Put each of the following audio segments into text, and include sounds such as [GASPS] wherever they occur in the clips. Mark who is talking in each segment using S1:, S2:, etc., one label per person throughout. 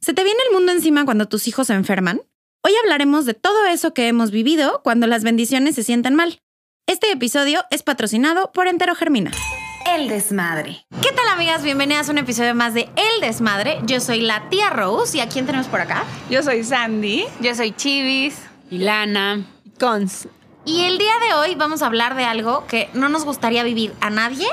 S1: ¿Se te viene el mundo encima cuando tus hijos se enferman? Hoy hablaremos de todo eso que hemos vivido cuando las bendiciones se sientan mal. Este episodio es patrocinado por Entero Germina.
S2: El desmadre.
S1: ¿Qué tal amigas? Bienvenidas a un episodio más de El Desmadre. Yo soy la tía Rose y ¿a quién tenemos por acá?
S3: Yo soy Sandy.
S2: Yo soy Chivis.
S4: Ilana.
S3: Cons.
S1: Y el día de hoy vamos a hablar de algo que no nos gustaría vivir a nadie,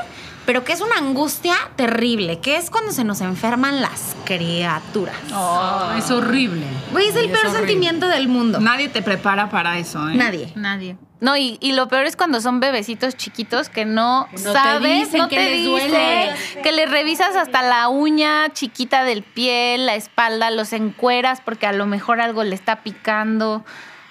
S1: pero que es una angustia terrible, que es cuando se nos enferman las criaturas.
S5: Oh,
S4: es horrible.
S1: Güey, es el peor sentimiento del mundo.
S3: Nadie te prepara para eso, ¿eh?
S1: Nadie.
S2: Nadie. No, y, y lo peor es cuando son bebecitos chiquitos que no,
S4: Que no te
S2: sabes,
S4: dicen
S2: no
S4: que
S2: te
S4: les
S2: dicen,
S4: duele.
S2: que les revisas hasta la uña chiquita del pie, la espalda, los encueras porque a lo mejor algo le está picando.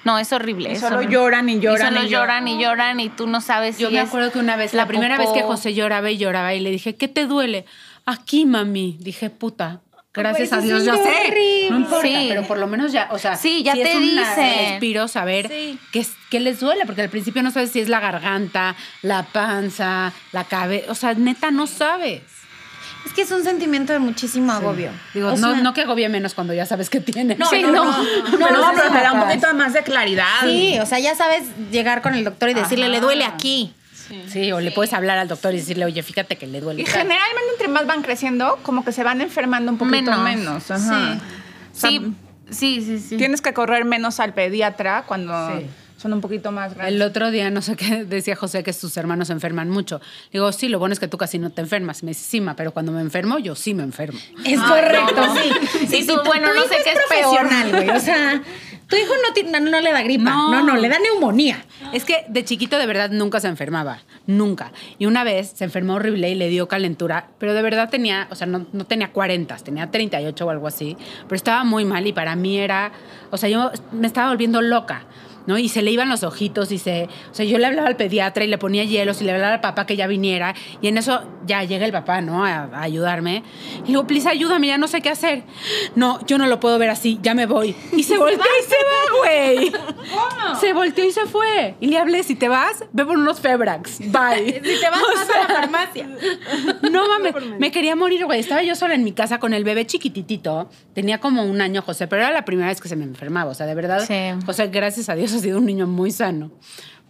S2: No, es horrible.
S3: Y
S2: es
S3: solo
S2: horrible.
S3: lloran y lloran.
S2: Y solo
S3: y
S2: lloran y lloran y tú no sabes
S4: Yo
S2: si
S4: me
S2: es
S4: acuerdo que una vez,
S2: la
S4: la, primera vez que
S2: popó.
S4: José lloraba y lloraba y le dije, ¿qué te duele? Aquí, mami. Dije, puta. Gracias a Dios, ya sé. No importa,
S2: Sí.
S4: pero por lo menos ya, o sea,
S2: Sí, ya te
S4: es un
S2: dicen.
S4: respiro saber qué, es- qué les duele, porque al principio no sabes si es la garganta, la panza, la cabeza, o sea, neta no sabes.
S1: Es que es un sentimiento de muchísimo agobio.
S4: Digo,
S1: O
S4: no,
S1: sea,
S4: no que agobie menos cuando ya sabes que tiene.
S2: No,
S4: Sí,
S2: no, no,
S3: No, pero,
S4: no,
S3: pero te da un
S4: matas.
S3: poquito más de claridad.
S1: Sí, o sea, ya sabes llegar con el doctor y decirle,
S4: Ajá.
S1: le duele aquí.
S4: Sí, o le puedes hablar al doctor y decirle, oye, fíjate que le duele.
S5: Y generalmente entre más van creciendo, como que se van enfermando un poquito
S2: Menos.
S5: menos. ajá. O sea,
S2: Sí, sí, sí, sí.
S5: Tienes que correr menos al pediatra cuando
S4: Sí.
S5: son un poquito más grandes.
S4: El otro día, no sé qué, [LAUGHS] decía José que sus hermanos se enferman mucho. Digo, sí, lo bueno es que tú casi no te enfermas. Y Me dice, sí, ma, pero cuando me enfermo, yo sí me enfermo.
S1: Es correcto, [LAUGHS] sí.
S2: Sí, tú, bueno, no sé qué es peor.
S1: profesional, güey. O sea, tu hijo no, tiene- no, no le da gripa. No.
S4: No.
S1: no, le da neumonía.
S4: Es que de chiquito de verdad nunca se enfermaba, nunca. Y una vez se enfermó horrible y le dio calentura, pero de verdad tenía, o sea, no, no tenía 40, tenía 38 o algo así, pero estaba muy mal y para mí era, o sea, yo me estaba volviendo loca. ¿no? Y se le iban los ojitos y se... O sea, yo le hablaba al pediatra y le ponía hielos y le hablaba al papá que ya viniera. Y en eso ya llega el papá, ¿no? A, a ayudarme. Y le digo, please, ayúdame, ya no sé qué hacer. No, yo no lo puedo ver así, ya me voy. Y [LAUGHS] se volteó y se va, güey. Se volteó y se fue. Y le hablé, si te vas, ve por unos Febrax. Bye.
S1: [LAUGHS] Si te vas,
S4: O
S1: vas
S4: sea,
S1: a la farmacia.
S4: [LAUGHS] No mames, me quería morir, güey. Estaba yo sola en mi casa con el bebé chiquititito. Tenía como un año José, pero era la primera vez que se me enfermaba. O sea, de verdad,
S2: Sí.
S4: José, gracias a Dios, ha sido un niño muy sano.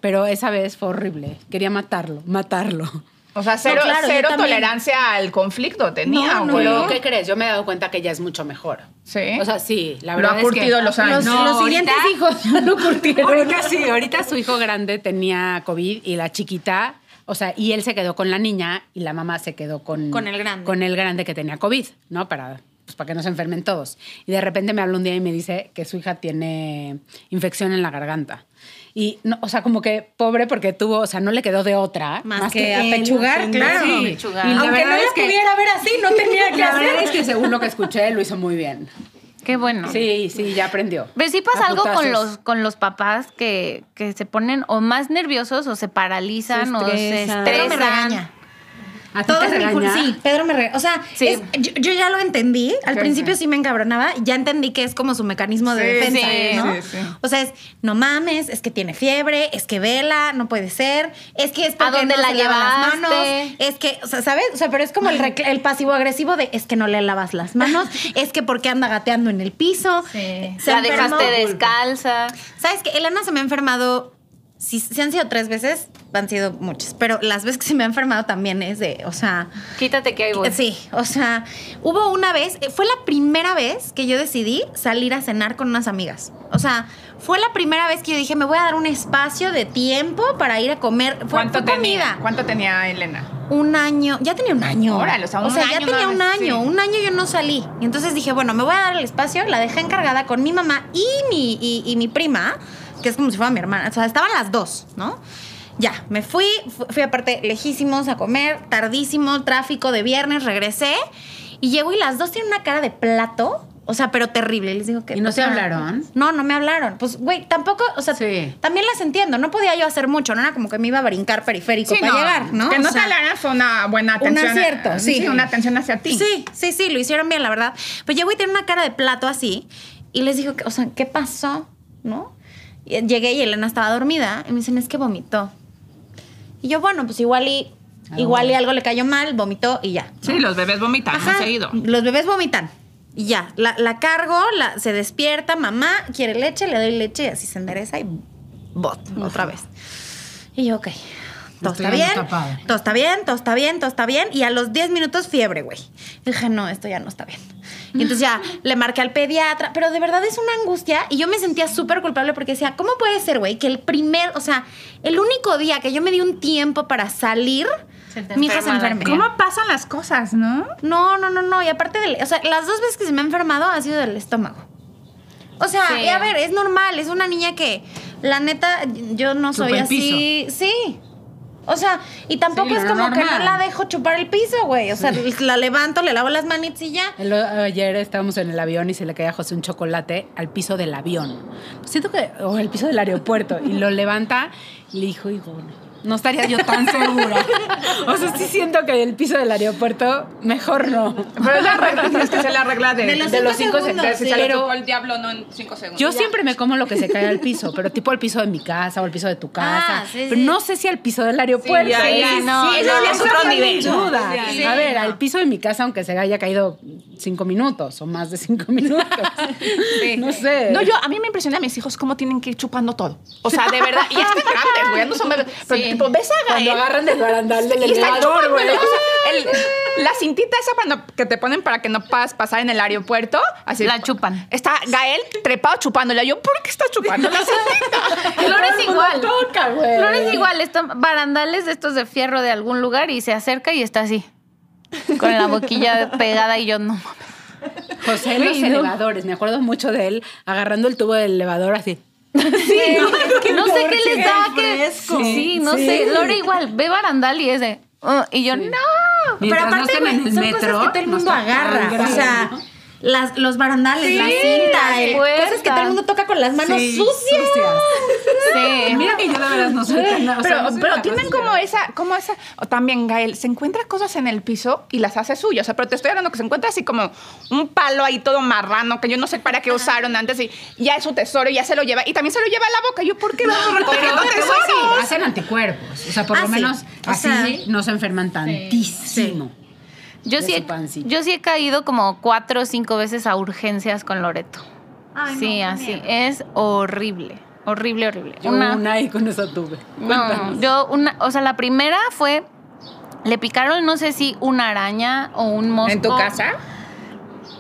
S4: Pero esa vez fue horrible. Quería matarlo, matarlo.
S5: O sea, cero,
S1: claro, yo
S5: cero
S1: también.
S5: tolerancia al conflicto tenía, güey.
S4: pero ¿qué crees? Yo me he dado cuenta que ya es mucho mejor.
S5: Sí.
S1: ¿Eh?
S4: O sea, sí, la
S5: Lo
S4: verdad
S5: ha
S4: es que-
S5: curtido los
S1: Los,
S5: años. No,
S1: los siguientes hijos ya lo curtieron.
S4: Ahorita sí, ahorita su hijo grande tenía COVID y la chiquita, o sea, y él se quedó con la niña y la mamá se quedó con,
S1: Con el grande.
S4: Con el grande que tenía COVID, ¿no? Para, pues, para que no se enfermen todos. Y de repente me habla un día y me dice que su hija tiene infección en la garganta. Y, no, o sea, como que pobre porque tuvo, o sea, no le quedó de otra.
S1: Más que
S4: él,
S1: apechugar,
S4: sí.
S1: claro.
S4: Y
S2: Apechugar.
S4: la
S1: Aunque no
S4: verdad
S1: la
S4: es que,
S1: pudiera ver así, no [LAUGHS] tenía que
S4: la verdad
S1: hacer.
S4: es que según lo que escuché, lo hizo muy bien.
S2: Qué bueno.
S4: Sí, sí, ya aprendió.
S2: Pero sí pasa
S4: A
S2: algo con
S4: putazos.
S2: los, con los papás que, que se ponen o más nerviosos o se paralizan
S4: Se
S2: o se
S4: estresan.
S1: Pedro me
S2: estresan.
S1: regaña.
S4: ¿A ti
S1: Todo
S4: te
S1: es mi cul-
S4: regaña?
S1: Sí, Pedro me regaña. O sea,
S2: Sí.
S1: es- yo, yo ya lo entendí. Al principio sí me encabronaba. Ya entendí que es como su mecanismo de
S5: Sí,
S1: defensa,
S2: sí,
S1: ¿no?
S5: sí, sí.
S1: O sea, es no mames, es que tiene fiebre, es que vela, no puede ser, es que es porque
S2: dónde
S1: no
S2: la
S1: se lava las manos,
S2: llevaste?
S1: es que, o sea, ¿sabes? O sea, pero es como el, recla- el pasivo agresivo de es que no le lavas las manos, es que porque anda gateando en el piso, eh, se
S2: La
S1: enfermó.
S2: dejaste descalza.
S1: ¿Sabes que Elena se me ha enfermado. Si, si han sido tres veces, han sido muchas. Pero las veces que se me ha enfermado también es de, o sea,
S2: Quítate que hay voy.
S1: sí, o sea, hubo una vez, eh, fue la primera vez que yo decidí salir a cenar con unas amigas. O sea, fue la primera vez que yo dije, me voy a dar un espacio de tiempo para ir a comer. Fue,
S5: ¿Cuánto
S1: fue
S5: tenía?
S1: comida.
S5: ¿Cuánto tenía Elena?
S1: Un año, ya tenía un año.
S5: Órale, o sea, un
S1: ya
S5: año
S1: tenía
S5: nada
S1: un
S5: más,
S1: año,
S5: sí.
S1: un año yo no salí. Y entonces dije, bueno, me voy a dar el espacio, la dejé encargada con mi mamá y mi, y, y mi prima, que es como si fuera mi hermana. O sea, estaban las dos, ¿no? Ya, me fui, fu- fui aparte lejísimos a comer, tardísimo, tráfico de viernes, regresé y llego y las dos tienen una cara de plato. O sea, pero terrible. Les digo que.
S4: ¿Y no
S1: o
S4: se
S1: sea,
S4: hablaron?
S1: No, no me hablaron. Pues, güey, tampoco. O sea,
S4: Sí.
S1: también las entiendo. No podía yo hacer mucho. No era como que me iba a brincar periférico para llegar, ¿no?
S5: Que
S1: O
S5: no
S1: sea,
S5: te hablaran fue una buena atención.
S1: acierto, sí.
S5: Una atención hacia ti.
S1: Sí, sí, sí, lo hicieron bien, la verdad. Pero llegó y tenía una cara de plato así. Y les digo, que, o sea, ¿qué pasó? ¿No? Y Llegué y Elena estaba dormida. Y me dicen, es que vomitó. Y yo, bueno, pues igual y, igual y algo le cayó mal, vomitó y ya.
S5: Sí, los bebés vomitan muy
S1: Ajá,
S5: seguido.
S1: Los bebés vomitan. Y ya, la, la cargo, la, se despierta, mamá quiere leche, le doy leche y así se endereza y bot, otra vez. Y yo, ok. Todo está
S4: Esto ya no
S1: bien,
S4: está padre.
S1: todo está bien, todo está bien, todo está bien. Y a los 10 minutos fiebre, güey. Dije, no, esto ya no está bien. Y entonces ya le marqué al pediatra, pero de verdad es una angustia y yo me sentía súper culpable porque decía, ¿cómo puede ser, güey? Que el primer, o sea, el único día que yo me di un tiempo para salir,
S2: Se te
S1: mi hija se
S2: enferma la
S1: enferme.
S2: cría.
S5: ¿Cómo pasan las cosas, no?
S1: No, no, no, no. Y aparte, del, o sea, las dos veces que se me ha enfermado ha sido del estómago. O sea,
S2: Sí.
S1: y a ver, es normal. Es una niña que, la neta, yo no
S4: Chupa
S1: soy
S4: el
S1: así. Sí. O sea, y tampoco
S4: Sí,
S1: es
S4: lo
S1: como que no
S4: normal.
S1: la dejo chupar el piso, güey. O sea, la levanto, le lavo las manitas y ya.
S4: El- eh, ayer estábamos en el avión y se le caía a José un chocolate al piso del avión. Siento que, o al piso del aeropuerto, y lo levanta y le dijo, hijo, no. No estaría yo tan segura. [LAUGHS] O sea, sí siento que el piso del aeropuerto, mejor no.
S5: Pero es la regla, tienes que hacer la regla de...
S1: los
S4: de los
S1: cinco
S4: cinco
S1: segundos,
S4: segundos,
S1: sí.
S4: se pero-
S3: el diablo no en cinco segundos.
S4: Yo siempre me como lo que se cae al piso, pero tipo al piso de mi casa o al piso de tu casa.
S1: Ah, sí,
S4: pero
S1: sí.
S4: no sé si al piso del aeropuerto.
S3: ya,
S4: Sí,
S3: ya,
S4: sí,
S3: no,
S4: sí,
S3: no,
S4: eso ya
S3: es
S4: es
S3: otro
S4: otra
S3: nivel.
S4: duda.
S1: Sí,
S4: a ver,
S1: no.
S4: al piso de mi casa, aunque se haya caído cinco minutos o más de cinco [LAUGHS] minutos. no sé.
S5: No, yo, a mí me impresiona a mis hijos cómo tienen que ir chupando todo. O sea, de verdad. Y ya están grandes, güey, ya no son bebés. Pero tipo, ves a
S4: Cuando
S5: Gael
S4: agarran del barandal del
S5: y están
S4: elevador,
S5: chupando.
S4: güey.
S5: O sea, el- la cintita esa cuando, que te ponen para que no puedas pasar en el aeropuerto. Así,
S2: La chupan.
S5: Está Gael trepado chupándola. Yo, ¿por qué está chupando la cintita?
S2: Flores igual.
S4: Toca, güey.
S2: Flores igual, están barandales de estos de fierro de algún lugar y se acerca y está así. Con la boquilla pegada y yo no mames.
S4: José en los elevadores, me acuerdo mucho de él agarrando el tubo del elevador así. [LAUGHS]
S2: No sé qué les da que.
S4: fresco.
S2: Sí, no
S4: Sí.
S2: sé. Lore igual, ve barandal y es de. "Ah", y yo, no.
S4: Mientras
S1: Pero aparte,
S4: no estén
S1: güey,
S4: en el
S1: son
S4: metro,
S1: cosas que todo el
S4: no
S1: mundo
S4: está tan
S1: agarra. O
S4: grave,
S1: sea,
S4: ¿no?
S1: las, los barandales, la cinta,
S2: las
S1: el-
S2: puertas.
S1: cosas que todo el mundo toca con las manos
S4: Sí,
S1: sucias.
S2: Sí.
S4: Mira que yo de veras no soy tan... o sea,
S5: Pero,
S4: [LAUGHS] no soy
S5: pero
S4: tan
S5: tienen como esa, como esa, o también Gael, se encuentra cosas en el piso y las hace suyas. O sea, pero te estoy hablando que se encuentra así como un palo ahí todo marrano, que yo no sé para qué usaron antes y ya es su tesoro y ya se lo lleva. Y también se lo lleva a la boca. Yo, ¿por qué vamos
S4: Pero
S5: recogiendo
S4: te voy a decir,
S5: tesoros?
S4: hacen anticuerpos. O sea, por
S1: Ah,
S4: lo
S1: sí.
S4: menos
S1: O
S4: así
S1: sea,
S4: no se enferman tantísimo.
S2: Yo
S4: de
S2: sí,
S4: su
S2: he,
S4: pancita.
S2: yo sí he caído como cuatro o cinco veces a urgencias con Loreto.
S1: Ay, no,
S2: sí,
S1: qué
S2: así.
S1: miedo.
S2: Es horrible. Horrible, horrible.
S4: Yo una, y con eso tuve.
S2: No, yo una, o sea, la primera fue le picaron no sé si una araña o un mosco.
S3: ¿En tu casa?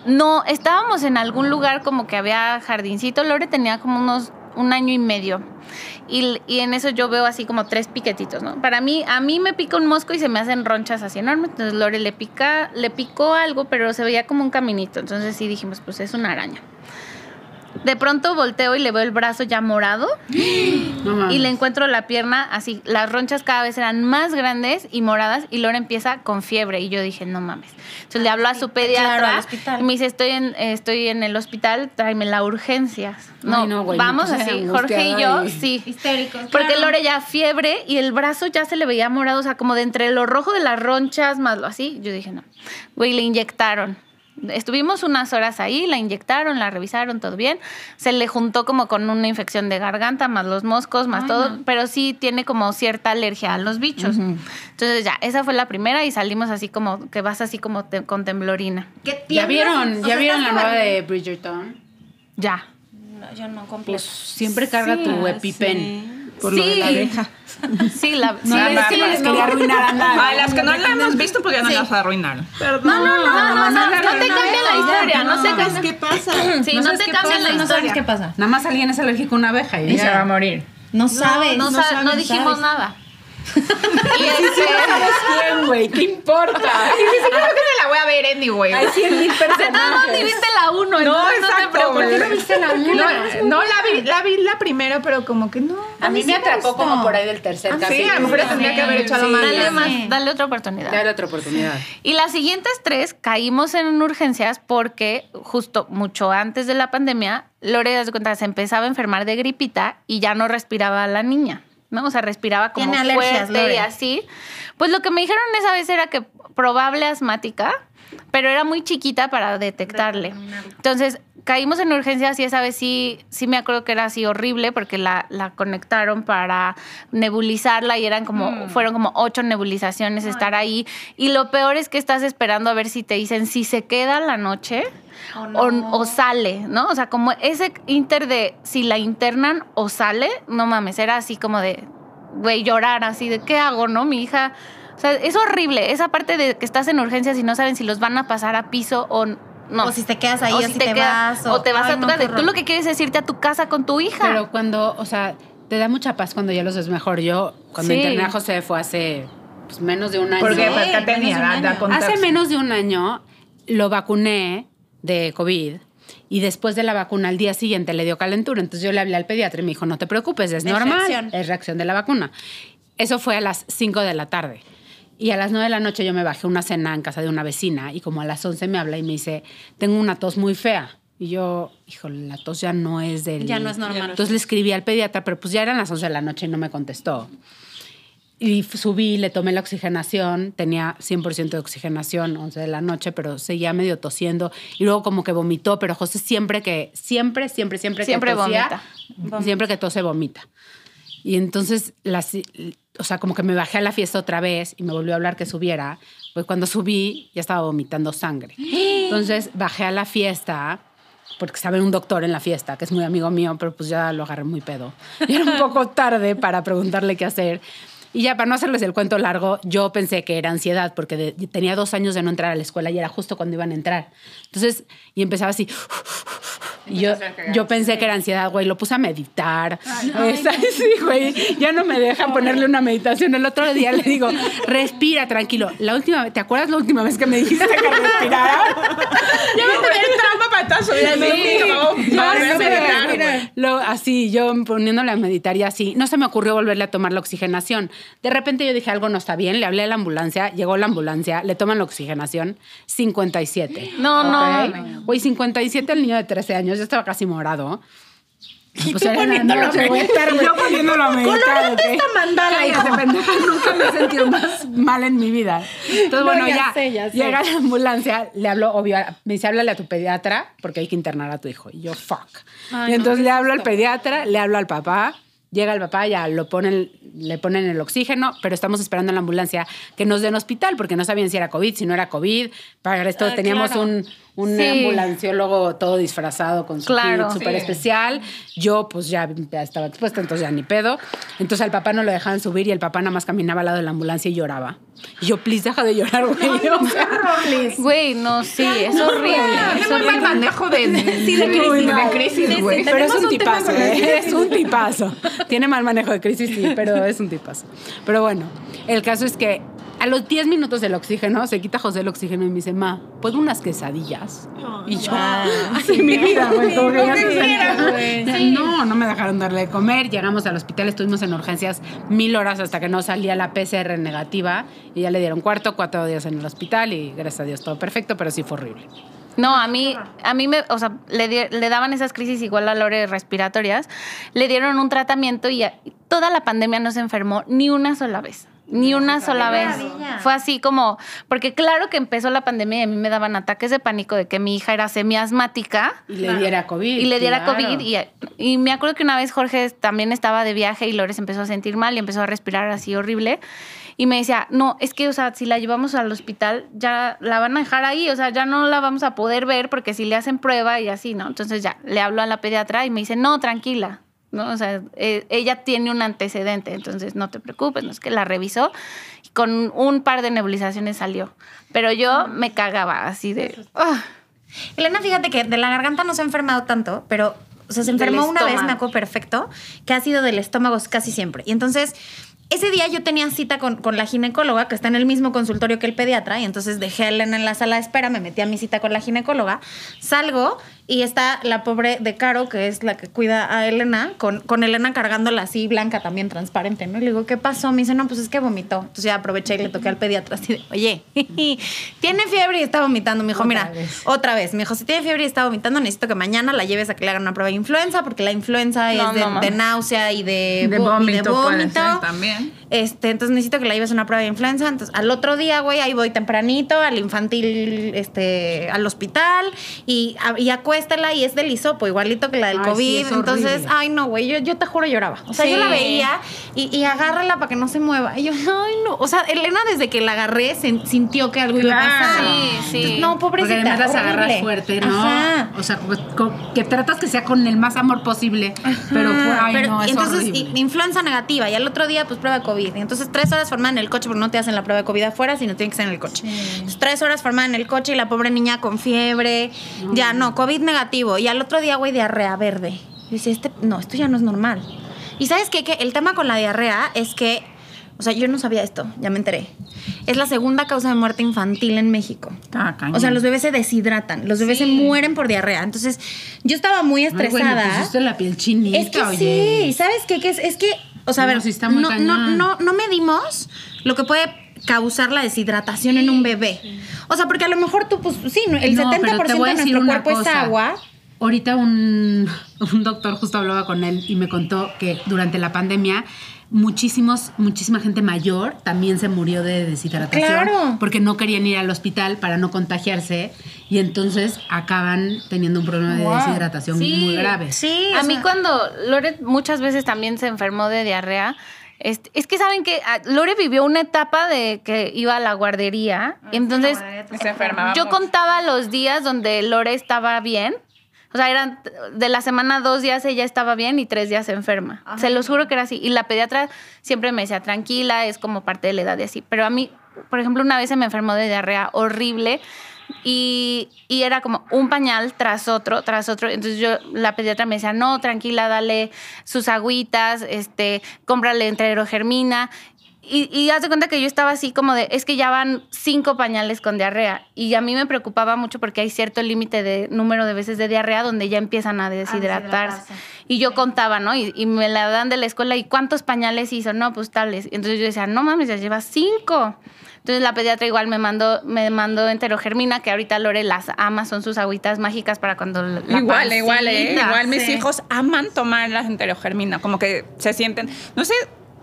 S2: No, estábamos en algún lugar como que había jardincito. Lore tenía como unos un año y medio. Y, y en eso yo veo así como tres piquetitos, ¿no? Para mí, a mí me pica un mosco y se me hacen ronchas así enormes. Entonces Lore le pica, le picó algo, pero se veía como un caminito. Entonces sí dijimos, pues es una araña. De pronto volteo y le veo el brazo ya morado
S4: No mames.
S2: y le encuentro la pierna así, las ronchas cada vez eran más grandes y moradas y Lore empieza con fiebre y yo dije, no mames. Entonces le hablo a su pediatra
S1: claro, al hospital.
S2: y me dice, estoy en, eh, estoy en el hospital, tráeme la urgencias. No,
S4: Ay, no, güey, me
S2: vamos
S4: puse
S2: así,
S4: angustiada
S2: Jorge y yo,
S4: y-
S2: sí.
S1: Histéricos,
S2: Porque
S1: claro.
S2: Lore ya fiebre y el brazo ya se le veía morado, o sea, como de entre lo rojo de las ronchas más lo así. Yo dije, no. Güey, le inyectaron. Estuvimos unas horas ahí, la inyectaron, la revisaron, todo bien. Se le juntó como con una infección de garganta, más los moscos, más todo, pero sí tiene como cierta alergia a los bichos. Entonces ya, esa fue la primera y salimos así como, que vas así como te- con temblorina.
S1: ¿Qué
S4: ¿Ya
S1: tiemblas?
S4: vieron,
S1: O
S4: ya
S1: sea,
S4: vieron la
S1: estás
S4: nueva
S1: como-
S4: de Bridgerton?
S2: Ya.
S1: No, yo no completo.
S4: Pues siempre carga tu EpiPen. Por lo de la
S2: Sí.
S4: abeja.
S2: Sí, la...
S4: No,
S2: sí,
S4: les-
S3: sí,
S4: no les
S3: no.
S4: quería arruinar a nadie.
S3: A las que no la hemos visto porque ya no
S1: Sí.
S3: las arruinaron.
S1: No, no, no, no, no,
S2: no, no te
S1: no,
S2: cambia la
S1: no,
S2: historia, no, se cambia.
S3: ¿Qué pasa?
S1: [CLEARS THROAT]
S2: Sí, no, te cambia la
S1: No sabes
S2: historia.
S1: qué pasa.
S4: Nada más alguien es alérgico a una abeja y ya.
S3: morir.
S1: No sabes.
S2: no, sa- no dijimos nada. y este,
S4: quién, güey? ¿Qué importa?
S5: Creo que me la voy a ver anyway.
S4: Hay 100 mil
S2: de todos modos
S4: personajes.
S2: viviste la 1, no, entonces no te
S5: exacto,
S2: preocupes.
S5: güey.
S4: viste la
S5: No, no, la vi, la vi la primera, pero como que no.
S4: A mí me atrapó como por ahí del tercer casi.
S5: Sí, a lo mejor la tendría que haber echado más.
S2: Dale,
S1: sí.
S2: más, dale otra oportunidad.
S4: Dale otra oportunidad.
S2: Y las siguientes tres caímos en urgencias porque justo mucho antes de la pandemia, Lore, das cuenta, se empezaba a enfermar de gripita y ya no respiraba la niña, ¿no? O sea, respiraba como
S1: Tiene alergias,
S2: fuerte
S1: Lore.
S2: y así. Pues lo que me dijeron esa vez era que probable asmática, pero era muy chiquita para detectarle. Entonces, caímos en urgencias y esa vez sí, sí me acuerdo que era así horrible porque la, la conectaron para nebulizarla y eran como, fueron como ocho nebulizaciones estar ahí. Y lo peor es que estás esperando a ver si te dicen si se queda la noche
S1: O
S2: o,
S1: no.
S2: o sale, ¿no? O sea, como ese inter de si la internan o sale, no mames, era así como de, güey, llorar así de, ¿qué hago, no? Mi hija... O sea, es horrible esa parte de que estás en urgencias y no saben si los van a pasar a piso o n- no.
S1: O si te quedas ahí, o si te
S2: quedas-
S1: vas, o-
S2: O, te vas
S1: Ay,
S2: a tu
S1: no, qué
S2: casa.
S1: horror.
S2: Tú lo que quieres es irte a tu casa con tu hija.
S4: Pero cuando, o sea, te da mucha paz cuando ya los ves mejor. Yo, cuando
S2: Sí.
S4: interné a José fue hace pues, menos de un año.
S5: Porque
S1: Sí,
S5: pues, acá
S1: menos de
S5: tenía
S1: un
S5: la- la
S1: año.
S5: contar-
S4: Hace menos de un año lo vacuné de COVID y después de la vacuna al día siguiente le dio calentura. Entonces yo le hablé al pediatra y me dijo, no te preocupes, es,
S1: Es
S4: normal,
S1: reacción.
S4: es reacción de la vacuna. Eso fue a las 5 de la tarde. Y a las 9 de la noche yo me bajé a una cena en casa de una vecina y como a las 11 me habla y me dice, tengo una tos muy fea. Y yo, híjole, la tos ya no es del...
S1: Ya no es normal.
S4: Entonces le escribí al pediatra, pero pues ya eran las 11 de la noche y no me contestó. Y f- subí, le tomé la oxigenación, tenía 100% de oxigenación, 11 de la noche, pero seguía medio tosiendo y luego como que vomitó, pero José siempre que, siempre, siempre, siempre,
S2: Siempre
S4: que tosía,
S2: vomita.
S4: siempre que tose vomita. Y entonces, las, o sea, como que me bajé a la fiesta otra vez y me volvió a hablar que subiera, pues cuando subí ya estaba vomitando
S2: [GASPS]
S4: sangre. Entonces bajé a la fiesta porque estaba un doctor en la fiesta, que es muy amigo mío, pero pues ya lo agarré muy pedo. Y era un poco tarde para preguntarle qué hacer. Y ya, para no hacerles el cuento largo, yo pensé que era ansiedad, porque de- tenía dos años de no entrar a la escuela y era justo cuando iban a entrar. Entonces, y empezaba así. Y yo, yo pensé que era ansiedad, güey. Lo puse a meditar. Esa- [LAUGHS] sí, güey. Ya no me dejan ponerle una meditación. El otro día le digo, respira, tranquilo. La última vez, ¿te acuerdas la última vez que me dijiste que respirara?
S5: Ya va a tener trauma para toda su vida. No, no,
S4: Ya
S5: no,
S4: sé,
S5: no, no, no.
S4: mira. Lo- así, yo poniéndole a meditar y así. No se me ocurrió volverle a tomar la oxigenación. De repente yo dije, algo no está bien. Le hablé a la ambulancia. Llegó la ambulancia. Le toman la oxigenación. 57.
S2: No, no,
S4: ¿ok?
S2: no, no.
S4: Güey, 57 el niño de 13 años. Ya estaba casi morado. Pues era nada, no, que voy a estar, güey. Colorate esta mandala, hijo. [LAUGHS] Nunca me he sentido más mal en mi vida. Entonces, bueno,
S1: ya
S4: ya,
S1: sé, ya sé.
S4: llega la ambulancia, le hablo, obvio, a- me dice, háblale a tu pediatra porque hay que internar a tu hijo. Y yo, fuck. y entonces le hablo al pediatra, le hablo al papá, llega el papá, ya lo ponen, le ponen el oxígeno, pero estamos esperando en la ambulancia que nos den hospital porque no sabían si era COVID, si no era COVID. Para esto
S1: Ah,
S4: teníamos un, un
S2: Sí.
S4: ambulanciólogo todo disfrazado con su
S2: Claro.
S4: kit súper especial. Yo, pues ya, ya estaba expuesta, entonces ya ni pedo. Entonces al papá no lo dejaban subir y el papá nada más caminaba al lado de la ambulancia y lloraba. Y yo, please, deja de llorar, güey. [LAUGHS] O sea,
S2: Güey, no, sí, es horrible.
S5: Qué muy
S2: es
S5: mal
S2: horrible.
S5: manejo de, de
S4: Muy
S5: crisis,
S4: mal.
S5: de crisis, güey.
S4: Pero es un tipazo, ¿eh? es un tipazo. Tiene mal manejo de crisis, sí, pero es un tipazo. Pero bueno, el caso es que a los 10 minutos del oxígeno, se quita José el oxígeno y me dice, ma, ¿puedo unas quesadillas? y yo, así mi vida, güey, como que ya se sentía- Ya, No, no me dejaron darle de comer. Llegamos al hospital, estuvimos en urgencias mil horas hasta que no salía la PCR negativa y ya le dieron cuarto, cuatro días en el hospital y gracias a Dios todo perfecto, pero sí fue horrible.
S2: No, a mí, a mí me, o sea, le, di- le daban esas crisis igual a Lore respiratorias. Le dieron un tratamiento y a- toda la pandemia no se enfermó ni una sola vez. Ni una sola vez.
S1: maravilla.
S2: Fue así como, porque claro que empezó la pandemia y a mí me daban ataques de pánico de que mi hija era semiasmática.
S4: Y le diera COVID.
S2: y le diera
S4: claro.
S2: COVID. Y, y me acuerdo que una vez Jorge también estaba de viaje y Lores empezó a sentir mal y empezó a respirar así horrible. Y me decía, no, es que, o sea, si la llevamos al hospital, ya la van a dejar ahí, o sea, ya no la vamos a poder ver porque si le hacen prueba y así, ¿no? Entonces ya, le hablo a la pediatra y me dice, no, tranquila, ¿no? O sea, eh, ella tiene un antecedente, entonces no te preocupes, no es que la revisó y con un par de nebulizaciones salió. Pero yo me cagaba así de... ah.
S1: Elena, fíjate que de la garganta no se ha enfermado tanto, pero o sea, se
S2: Del
S1: enfermó una vez,
S2: estómago.
S1: me acuerdo perfecto, que ha sido del estómago casi siempre. Y entonces, ese día yo tenía cita con, con la ginecóloga, que está en el mismo consultorio que el pediatra, y entonces dejé a Elena en la sala de espera, me metí a mi cita con la ginecóloga, salgo y está la pobre de Caro, que es la que cuida a Elena, con, con Elena cargándola así, blanca también, transparente, ¿no? Y le digo, ¿qué pasó? Me dice, no, pues es que vomitó. Entonces ya aproveché y le toqué al pediatra así de, oye, [LAUGHS] tiene fiebre y está vomitando. Me dijo, mira, otra vez. Me dijo, si tiene fiebre y está vomitando, necesito que mañana la lleves a que le hagan una prueba de influenza, porque la influenza
S2: No,
S1: es de,
S2: no, no.
S1: de náusea y de,
S5: De
S1: vó- y de
S5: vómito puede
S1: vómito.
S5: ser también.
S1: Este, entonces necesito que la lleves a una prueba de influenza. Entonces, al otro día, güey, ahí voy tempranito al infantil, este, al hospital y, a- y acuéstala y es del hisopo, igualito que la del
S4: Ay, sí,
S1: COVID.
S4: es horrible.
S1: entonces, ay, no, güey, yo, yo te juro lloraba. O sea, yo
S2: Sí.
S1: la veía y, y agárrala para que no se mueva. Y yo, ay, no. O sea, Elena desde que la agarré sen- sintió que algo iba a
S4: Claro.
S1: pasar.
S2: Sí, sí.
S1: No,
S4: Porque
S1: pobrecita.
S4: además las
S1: horrible.
S4: agarras fuerte, ¿no?
S1: Ajá.
S4: O sea, co- co- que tratas que sea con el más amor posible, pero fue, ay,
S1: Ah, Pero-
S4: no,
S1: y
S4: es
S1: entonces
S4: horrible.
S1: i- influenza negativa y al otro día pues prueba COVID. Y entonces tres horas formada en el coche porque no te hacen la prueba de COVID afuera, sino tiene que ser en el coche. Entonces, tres horas formada en el coche y la pobre niña con fiebre, ya no, COVID negativo. Y al otro día, güey, diarrea verde. Y dice, este, no, esto ya no es normal. Y sabes qué, que el tema con la diarrea es que, o sea, yo no sabía esto, ya me enteré. Es la segunda causa de muerte infantil en México.
S4: Está Ah, cañón.
S1: O sea, los bebés se deshidratan, los bebés se mueren por diarrea. Entonces, yo estaba muy
S4: Ay, güey, pues me
S1: estresada.
S4: pusiste la piel chinita,
S1: Es que
S4: oye.
S1: sí, ¿sabes qué? Que es, es que, o sea, a
S4: No,
S1: ver,
S4: sí está muy
S1: no, no,
S4: cañón.
S1: no, no medimos lo que puede causar la deshidratación en un bebé. O sea, porque a lo mejor tú, pues sí, no, el
S4: No,
S1: 70%
S4: pero te voy a
S1: de
S4: decir
S1: nuestro
S4: una
S1: cuerpo es
S4: cosa.
S1: agua.
S4: Ahorita un, un doctor justo hablaba con él y me contó que durante la pandemia muchísimos, muchísima gente mayor también se murió de deshidratación
S1: Claro.
S4: porque no querían ir al hospital para no contagiarse y entonces acaban teniendo un problema de deshidratación muy grave.
S1: Sí,
S2: A
S1: o
S2: mí
S1: sea-
S2: cuando Lore muchas veces también se enfermó de diarrea, este, es que saben que ah, Lore vivió una etapa de que iba a la guardería, entonces
S5: Se enfermaba.
S2: yo
S5: mucho.
S2: contaba los días donde Lore estaba bien. O sea, eran de la semana dos días ella estaba bien y tres días enferma. Se los juro que era así. Y la pediatra siempre me decía, tranquila, es como parte de la edad y así. Pero a mí, por ejemplo, una vez se me enfermó de diarrea horrible y, y era como un pañal tras otro, tras otro. Entonces yo, la pediatra me decía, no, tranquila, dale sus agüitas, este, cómprale enterogermina. Y, y haz de cuenta que yo estaba así como de, es que ya van cinco pañales con diarrea. Y a mí me preocupaba mucho porque hay cierto límite de número de veces de diarrea donde ya empiezan a Ah, deshidratarse. Y yo contaba, ¿no? Y, y me la dan de la escuela y cuántos pañales hizo, no, pues tales. Entonces yo decía, no mames, ya lleva cinco. Entonces la pediatra igual me mandó, me mandó enterogermina, que ahorita Lore las ama, son sus agüitas mágicas para cuando la
S5: Igual, igual, ¿eh?
S2: pancita,
S5: Igual mis
S2: sí.
S5: hijos aman tomar las enterogermina, como que se sienten, no sé,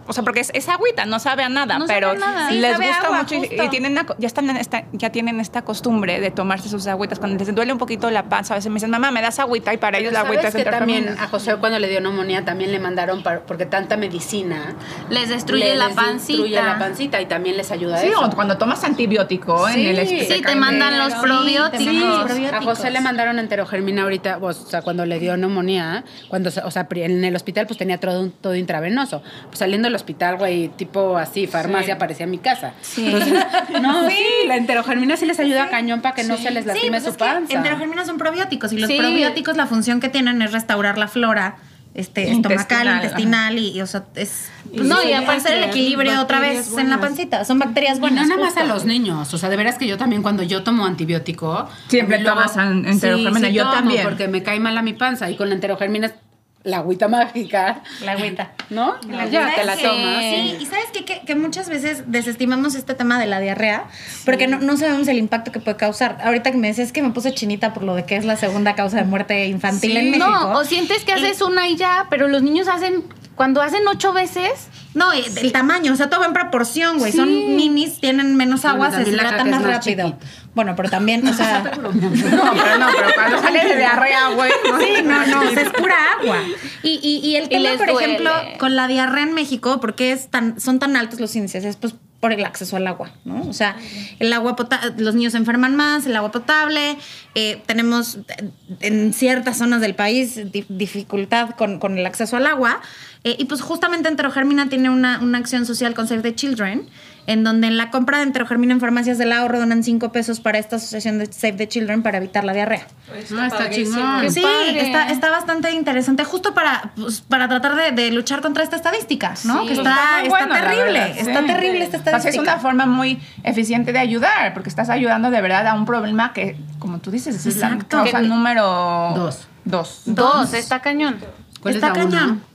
S5: o sea, porque es, es agüita, no sabe a nada,
S2: No sabe
S5: pero
S2: a nada.
S1: Sí,
S5: les
S1: sabe a
S5: gusta
S1: agua,
S5: mucho y- y,
S1: justo.
S5: tienen una co- ya están en esta, ya tienen esta costumbre de tomarse sus agüitas cuando les duele un poquito la panza, a veces me dicen, "Mamá, me das agüita" y para ellos la agüita
S4: Pues, ¿Sabes
S5: es
S4: que también
S5: enterogermina.
S4: a José cuando le dio neumonía también le mandaron para- porque tanta medicina
S2: Les destruye
S4: le-
S2: la
S4: les
S2: pancita.
S4: destruye la pancita y también les ayuda
S5: Sí,
S4: eso.
S5: o cuando tomas antibiótico en el
S4: Sí,
S5: esp-
S2: Sí, te mandan los probióticos.
S4: Sí, a
S1: probióticos.
S4: José le mandaron enterogermina ahorita, o sea, cuando le dio neumonía, cuando, se- o sea, pri- en el hospital pues tenía todo, todo intravenoso. Pues saliendo del hospital, güey, tipo así, farmacia, parecía mi casa. Entonces, no, sí. la enterogermina sí les ayuda a cañón para que no se les
S1: Sí,
S4: lastime
S1: pues
S4: su
S1: es que
S4: panza.
S1: enterogerminas son probióticos y los
S2: Sí.
S1: probióticos la función que tienen es restaurar la flora este, estomacal,
S5: Intestinal,
S1: intestinal y, y, o sea, es... pues,
S4: sí,
S1: no, y
S4: sí,
S1: aparecer el
S4: hay
S1: equilibrio otra vez
S4: bacterias
S1: en la
S4: buenas.
S1: pancita. Son bacterias
S4: Y
S1: buenas.
S4: no nada más
S1: justo.
S4: a los niños, o sea, de veras que yo también cuando yo tomo antibiótico...
S5: Siempre
S4: también luego-
S5: tomas an- enterogermina,
S4: Sí, sí
S5: yo
S4: tomo,
S5: también.
S4: porque me cae mal a mi panza y con la enterogermina es la agüita mágica,
S1: La agüita.
S4: ¿no?
S1: ¿Sabes
S4: ya te la
S1: qué?
S4: tomas.
S1: Sí,
S4: [LAUGHS]
S1: y sabes qué? que, que muchas veces desestimamos este tema de la diarrea porque no, no sabemos el impacto que puede causar. Ahorita que me decías que me puse chinita por lo de que es la segunda causa de muerte infantil en México.
S2: No, o sientes que haces una y ya, pero los niños hacen, cuando hacen ocho veces,
S1: No, y el tamaño, o sea, todo va en proporción, güey.
S2: Sí.
S1: Son minis, tienen menos
S4: Bueno,
S1: agua, se
S4: también la
S1: hidratan
S4: caca
S1: más
S4: es más
S1: rápido.
S4: chiquita.
S1: Bueno, pero también, o sea.
S5: No, pero no, pero cuando
S1: [LAUGHS]
S5: sale de diarrea, güey. ¿no?
S1: Sí, no, no, o sea, es pura agua. Y, y- y el tema,
S2: les
S1: por
S2: duele.
S1: ejemplo, con la diarrea en México, ¿por qué es tan, son tan altos los índices? Es pues por el acceso al agua, ¿no? O sea, el agua pota- los niños se enferman más, el agua potable, eh, tenemos eh, en ciertas zonas del país di- dificultad con, con el acceso al agua. eh, y pues justamente Enterogermina tiene una, una acción social con Save the Children, en donde en la compra de Enterogermina en farmacias del ahorro donan 5 pesos para esta asociación de Save the Children para evitar la diarrea.
S4: No, está chingón.
S2: Qué
S1: Sí,
S2: padre.
S1: está, está bastante interesante, justo para, pues, para tratar de, de luchar contra esta estadística, ¿no? que está,
S5: pues, muy
S1: está
S5: bueno, la
S1: terrible,
S5: verdad, sí.
S1: está terrible esta
S5: O sea,
S1: estadística.
S5: es una forma muy eficiente de ayudar, porque estás ayudando de verdad a un problema que, como tú dices, es la
S1: Exacto.
S5: causa número
S4: Dos.
S5: dos.
S2: dos, está cañón.
S4: ¿Cuál
S1: está
S4: es la uno?
S1: cañón.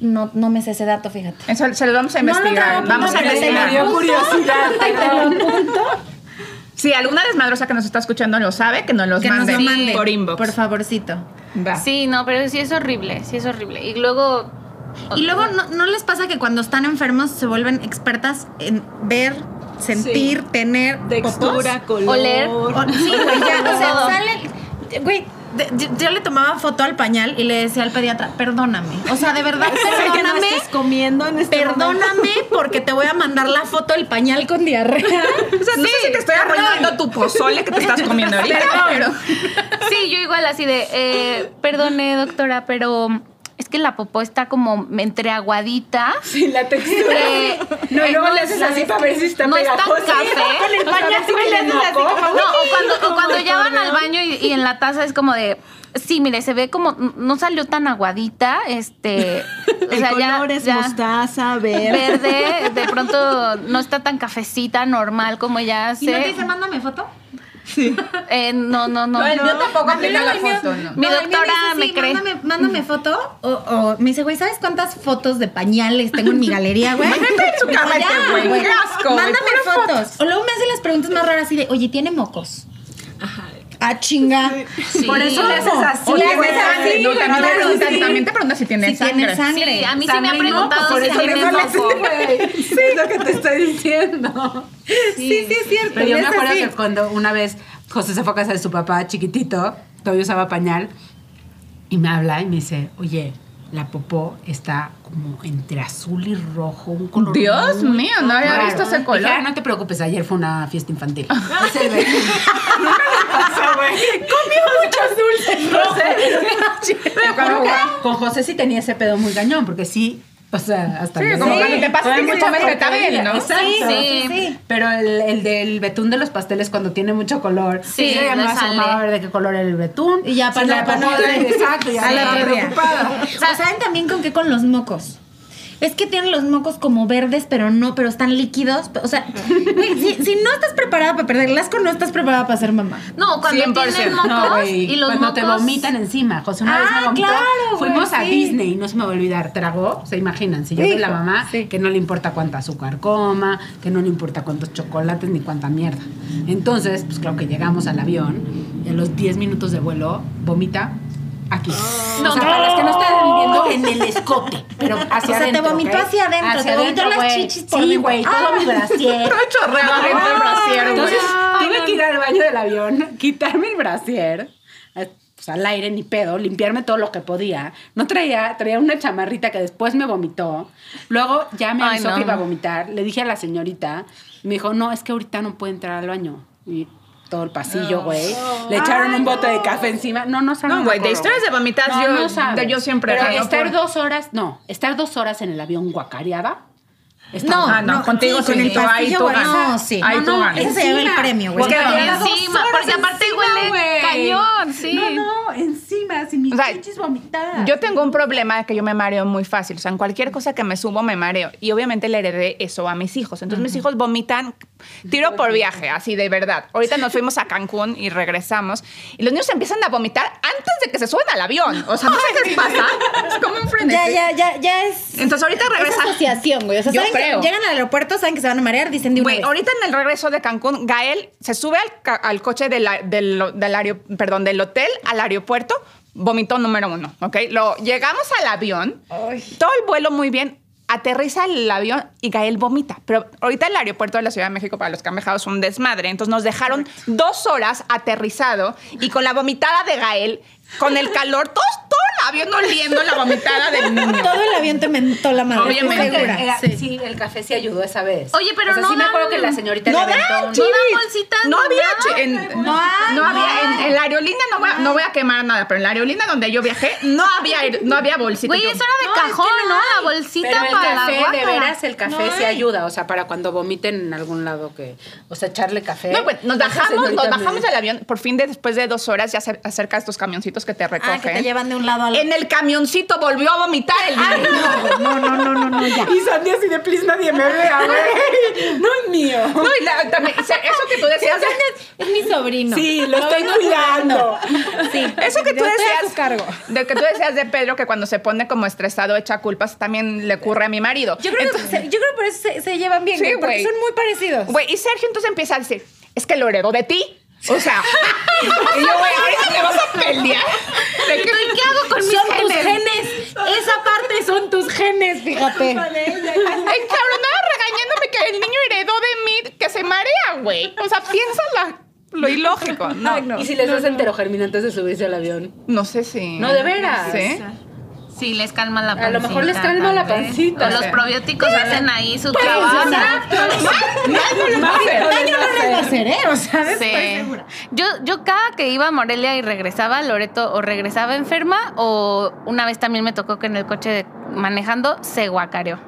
S1: No, no me sé ese dato, fíjate.
S5: Eso se lo vamos a
S1: No lo
S5: investigar.
S1: acabo,
S5: vamos a
S1: pero te lo
S5: investigar.
S1: apunto.
S5: curiosidad. Si alguna desmadrosa que nos está escuchando lo sabe, que nos los
S1: Que nos
S5: mande,
S1: lo mande.
S5: por inbox.
S1: Por favorcito.
S5: Va.
S2: Sí, no, pero sí es horrible, sí es horrible. Y luego,
S5: Oh.
S1: Y luego, ¿no, no les pasa que cuando están enfermos se vuelven expertas en ver, sentir, tener
S6: Textura, color.
S2: Oler.
S1: popós? O- sí, güey, ya, o sea, sale- Güey, de- yo, yo le tomaba foto al pañal y le decía al pediatra, perdóname. O sea, de verdad,
S6: [LAUGHS] Sé que no
S1: perdóname.
S6: estés comiendo en este momento.
S1: Perdóname porque te voy a mandar la foto del pañal
S6: [LAUGHS]
S1: con diarrea.
S5: O sea, no sé si te estoy arruinando tu pozole que te estás comiendo ahorita, pero...
S2: Sí, yo igual así de, eh, perdone doctora, pero es que la popó está como entre aguadita.
S6: Sí, la textura.
S2: Eh,
S6: No, y luego
S2: no
S6: le haces
S2: sabes
S6: así para ver si está
S2: no está
S6: pegajosa.
S4: [LAUGHS]
S2: café.
S6: Con el
S2: O sea,
S6: pañal
S2: sí
S6: que
S2: le
S6: le
S2: haces así
S6: mocó.
S2: No, o cuando, o cuando ya van al
S6: Acordeón.
S2: baño y, y en la taza es como de. Sí, mire, se ve como. No salió tan aguadita. Este. O
S6: El
S2: sea, ya-
S6: color es
S2: ya
S6: mostaza, verde.
S2: Verde, de pronto no está tan cafecita normal como ya hace.
S1: ¿Y no te dice, mándame foto?
S2: Eh, no, no, no.
S5: tampoco tengo la foto,
S2: Mi
S1: No, y
S2: doctora
S1: dice,
S2: me cree.
S1: Mándame, mándame foto. O, o me dice, güey, ¿sabes cuántas fotos de pañales tengo en mi galería, güey?
S5: Métete en su
S1: Digo,
S5: carrete,
S1: "Ya,
S5: güey, qué asco, güey,
S1: Mándame
S5: puras
S1: fotos. O luego me hace las preguntas más raras así de, oye, ¿tiene mocos? Ajá. Ah, chinga. Por eso le haces así.
S5: Oye,
S1: güey.
S5: güey,
S1: Sí,
S5: no, también, te
S1: claro,
S5: preguntan, también te preguntan si tiene
S1: Si
S5: sangre.
S1: tiene sangre.
S2: Sí, a mí sí me ha
S6: Sangre, ¿no?
S2: preguntado
S6: Por
S2: si
S6: eso le
S2: tiene
S6: sale-
S2: moco.
S6: Sí, es lo que te estoy diciendo.
S1: Sí, sí, es cierto.
S4: Pero yo
S1: es
S4: me acuerdo
S1: así.
S4: que cuando una vez José se fue a casa de su papá chiquitito, todavía usaba pañal, y me habla y me dice, oye, la popó está como entre azul y rojo, un color
S5: Dios
S4: muy
S5: mío, no había
S4: raro".
S5: visto ese
S4: Dije, "Ah,
S5: color.
S4: no te preocupes, ayer fue una fiesta
S5: [LAUGHS]
S4: infantil. Ese de- Con José sí tenía ese pedo muy cañón, porque sí, o sea, hasta...
S5: Sí,
S4: me-
S5: como cuando te pasas
S4: fue
S5: de
S4: mucha
S5: mucho
S4: porquería.
S5: vegetal, ¿no?
S4: Exacto.
S2: Sí,
S1: sí.
S4: Pero el, el del betún de los pasteles cuando tiene mucho color.
S2: Sí,
S4: yo ya me
S2: no
S4: asomaba a
S2: sale.
S4: ver de qué color era el betún.
S1: Y ya,
S4: Sí,
S1: para
S4: la
S1: no- para no-
S4: pomada, Exacto, ya
S1: A la
S4: estaba
S1: previa.
S4: preocupada.
S1: O saben también con qué con los mocos. Es que tienen los mocos como verdes, pero no, pero están líquidos. O sea, güey, si, si no estás preparada para perder el asco, no estás preparada para ser mamá.
S2: No, cuando
S5: 100%.
S2: tienen
S5: No,
S2: mocos
S4: güey,
S2: y los
S4: cuando
S2: mocos
S4: te vomitan encima. José una vez
S1: Ah,
S4: me vomitó.
S1: claro, güey,
S4: Fuimos a
S1: sí.
S4: Disney, no se me va a olvidar. Tragó, se imaginan. Si yo soy la
S1: Hijo,
S4: mamá,
S1: sí.
S4: que no le importa cuánta azúcar coma, que no le importa cuántos chocolates ni cuánta mierda. Entonces, pues claro que llegamos al avión y a los 10 minutos de vuelo, vomita aquí. o sea, para las que no están viendo, en el escote, pero
S1: [LAUGHS] Oh.
S4: hacia
S1: O sea, te
S4: adentro,
S1: vomitó
S4: ¿ok?
S1: hacia adentro, te vomitó las
S4: güey.
S1: chichis por
S4: Sí,
S1: dentro.
S4: güey, todo
S1: [LAUGHS]
S4: mi brasier.
S5: Todo chorreado dentro del brasier, güey.
S4: Entonces, tuve que ir al baño del avión, quitarme el brasier, eh, pues, al aire ni pedo, limpiarme todo lo que podía. No traía, traía una chamarrita que después me vomitó. Luego ya me
S2: Ay,
S4: avisó
S2: no.
S4: que iba a vomitar. Le dije a la señorita, me dijo, no, es que ahorita no puedo entrar al baño. Y todo el pasillo, güey. Le echaron un bote de café encima. No, no saben.
S5: No, güey, de historias de vomitar, yo,
S4: saben.
S5: de- yo siempre
S4: Pero
S5: jalo
S4: estar
S5: por-
S4: dos horas, no, estar dos horas en el avión guacareada. está
S1: No,
S5: Ah, no, contigo
S1: sí, con
S5: sí,
S1: el
S5: tú, ahí
S1: pastillo,
S5: tú
S1: güey,
S5: ganas.
S1: no, sí.
S5: Ahí
S1: No,
S5: tú
S1: no,
S5: ganas.
S1: ese se lleva el
S4: Encima.
S1: premio, güey.
S5: Porque-
S4: Guacareada dos
S2: encima,
S4: horas
S2: porque aparte
S4: encima,
S2: huele
S4: güey.
S2: cañón, sí.
S4: No, no, encima, sin mis
S5: O sea,
S4: chichis vomitadas.
S5: Yo tengo un problema de que yo me mareo muy fácil. O sea, en cualquier cosa que me subo me mareo. Y obviamente le heredé eso a mis hijos. Entonces mis hijos vomitan tiro por viaje, así de verdad. Ahorita nos fuimos a Cancún y regresamos. Y los niños empiezan a vomitar antes de que se suban al avión. O sea, no sé qué les pasa. Es como un
S1: Ya,
S5: frenesí.
S1: ya, ya, ya es.
S5: Entonces ahorita
S1: Es
S5: regresamos.
S1: asociación, güey. O sea,
S5: Yo
S1: saben que
S5: creo.
S1: llegan al aeropuerto, saben que se van a marear, dicen de una
S5: Güey,
S1: vez.
S5: ahorita en el regreso de Cancún, Gael se sube al, ca- al coche del, a- del, del aero- perdón, del hotel al aeropuerto, vomitó número uno, ¿ok? Lo, llegamos al avión, todo el vuelo muy bien, aterriza el avión y Gael vomita. Pero ahorita el aeropuerto de la Ciudad de México para los que han viajado es un desmadre, entonces nos dejaron dos horas aterrizado y con la vomitada de Gael, con el calor, todos, todo el avión oliendo la vomitada del niño.
S1: Todo el avión te mentó la
S4: Ah,
S1: madre. estoy
S5: Obviamente.
S1: segura.
S4: Era-
S1: Sí.
S4: sí. el café sí ayudó esa vez.
S2: Oye, pero
S4: O sea,
S2: no
S4: sí me
S2: dan-
S4: acuerdo que la señorita
S5: No
S4: le aventó
S5: dan
S4: un-
S2: No
S5: chips.
S2: dan bolsitas,
S5: No
S2: ni
S5: había
S2: nada.
S5: chi- en-
S1: No hay,
S5: no
S1: no
S5: había- en, en la aerolínea no voy, a, no voy a quemar nada, pero en la aerolínea donde yo viajé no había aer- no había bolsita.
S2: Güey,
S5: Yo-
S2: eso era de cajón, ¿no? La bolsita
S4: Pero el
S2: para la
S4: café, de
S2: guácala.
S4: veras, el café sí ayuda. O sea, para cuando vomiten en algún lado que... O sea, echarle café.
S5: No, güey, nos
S4: Esa
S5: bajamos,
S4: señorita
S5: nos
S4: me-
S5: bajamos del avión. Por fin, de- después de dos horas, ya se acerca estos camioncitos que te recogen.
S1: Ah, que te llevan de un lado al otro.
S5: En el camioncito volvió a vomitar el niño.
S4: No, no, no, no, no, ya. Y Sandy así de, please, nadie me [LAUGHS] vea, güey. No es mío.
S5: No, [LAUGHS] y la- también, o sea, eso que tú decías.
S1: Es mi sobrino.
S4: Sí, lo estoy cuidando.
S1: Sí.
S5: Eso que tú
S1: Yo estoy a
S5: decías,
S1: su cargo.
S5: de que tú decías de Pedro que cuando se pone como estresado echa culpas también le ocurre a mi marido.
S1: Yo creo, que, se- yo creo por eso se, se llevan bien,
S5: Sí,
S1: güey, porque
S5: güey.
S1: son muy parecidos.
S5: Güey, y Sergio entonces empieza a decir, es que lo heredó de ti. O sea, y yo, güey, ahorita te vas a pelear. ¿De qué?
S2: ¿Y qué hago con mis
S1: son tus
S2: genes?
S1: genes. Esa parte son tus genes, fíjate.
S5: Ay, cabrón, nada regañándome que el niño heredó de mí que se marea, güey. O sea, piensa la- lo ilógico. No,
S6: no.
S7: Y si les das enterogerminantes de subirse al avión.
S5: no sé si.
S7: No, de veras.
S5: ¿Sí?
S2: Sí, les calma la pancita.
S7: A lo mejor les calma
S2: tal
S7: la
S2: vez.
S7: pancita.
S2: O los probióticos hacen ahí
S5: Pues,
S2: su trabajo. Sí. Yo, yo cada que iba a Morelia y regresaba, Loreto o regresaba enferma o una vez también me tocó que en el coche de- manejando se guacareó.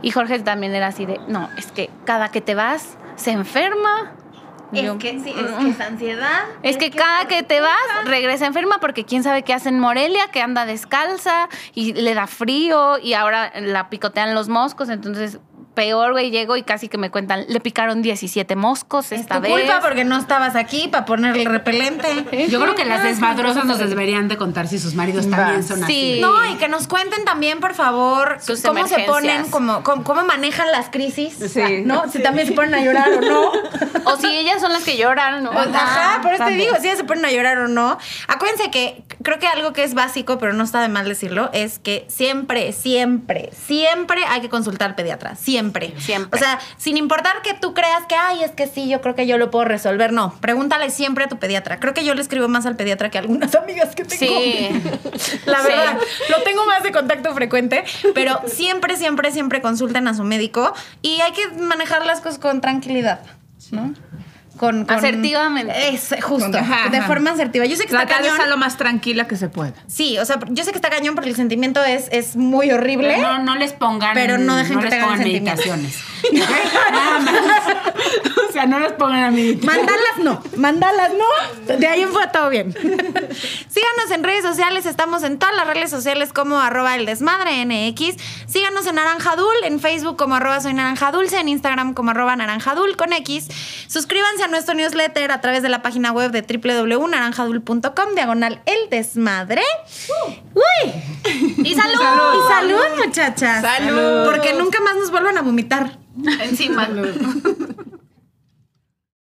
S2: Y Jorge también era así de, no, es que cada que te vas se enferma. Y yo,
S1: Es que sí, es que es ansiedad.
S2: Es que cada que te vas, regresa enferma porque quién sabe qué hace en Morelia, que anda descalza y le da frío y ahora la picotean los moscos, entonces peor, güey, llego y casi que me cuentan, le picaron 17 moscos
S1: Es
S2: esta
S1: tu
S2: vez.
S1: culpa porque no estabas aquí para ponerle repelente.
S4: Yo creo que las desmadrosas nos deberían de contar si sus maridos también son así.
S2: [LAUGHS] Sí.
S1: No, y que nos cuenten también, por favor,
S2: Sus
S1: cómo se
S2: emergencias.
S1: ponen, cómo, cómo, cómo manejan las crisis.
S5: Sí.
S1: ¿No? Si también se ponen a llorar o no.
S5: [LAUGHS]
S2: O si ellas son las que lloran, ¿no?
S1: Ajá, pero te digo, si ellas se ponen a llorar o no. Acuérdense que creo que algo que es básico, pero no está de mal decirlo, es que siempre, siempre, siempre hay que consultar al pediatra. Siempre.
S2: Siempre.
S1: O sea, sin importar que tú creas que, ay, es que sí, yo creo que yo lo puedo resolver. No, pregúntale siempre a tu pediatra. Creo que yo le escribo más al pediatra que a algunas amigas que tengo.
S2: Sí.
S1: [LAUGHS] La
S2: Sí.
S1: verdad, lo tengo más de contacto frecuente, pero siempre, siempre, siempre consulten a su médico y hay que manejar las cosas con tranquilidad, ¿no? Con, con-
S2: Asertivamente.
S1: Es justo,
S5: Ajá,
S1: de
S5: ajá.
S1: forma asertiva. Yo sé que está
S5: Tratar de
S1: cañón.
S5: estar lo más tranquila que se pueda.
S1: Sí, o sea, yo sé que está cañón porque el sentimiento es, es muy horrible.
S4: No, no les pongan,
S1: Pero no dejen que
S4: les
S1: te hagan
S4: pongan
S1: sentimientos. [LAUGHS]
S4: meditaciones. Nada más. O sea, no les pongan a meditar.
S1: Mandalas no, mandalas no. De ahí en fue todo bien. [LAUGHS] Síganos en redes sociales, estamos en todas las redes sociales como arroba el desmadre NX. Síganos en Naranjadul, en Facebook como arroba soy naranjadulce, en Instagram como arroba naranjadul con X. Suscríbanse a nuestro newsletter a través de la página web de www.naranjadul.com, diagonal el desmadre. ¡Uy!
S2: Y salud.
S1: Y salud, muchachas. Salud. Porque nunca más nos vuelvan a vomitar.
S2: Encima.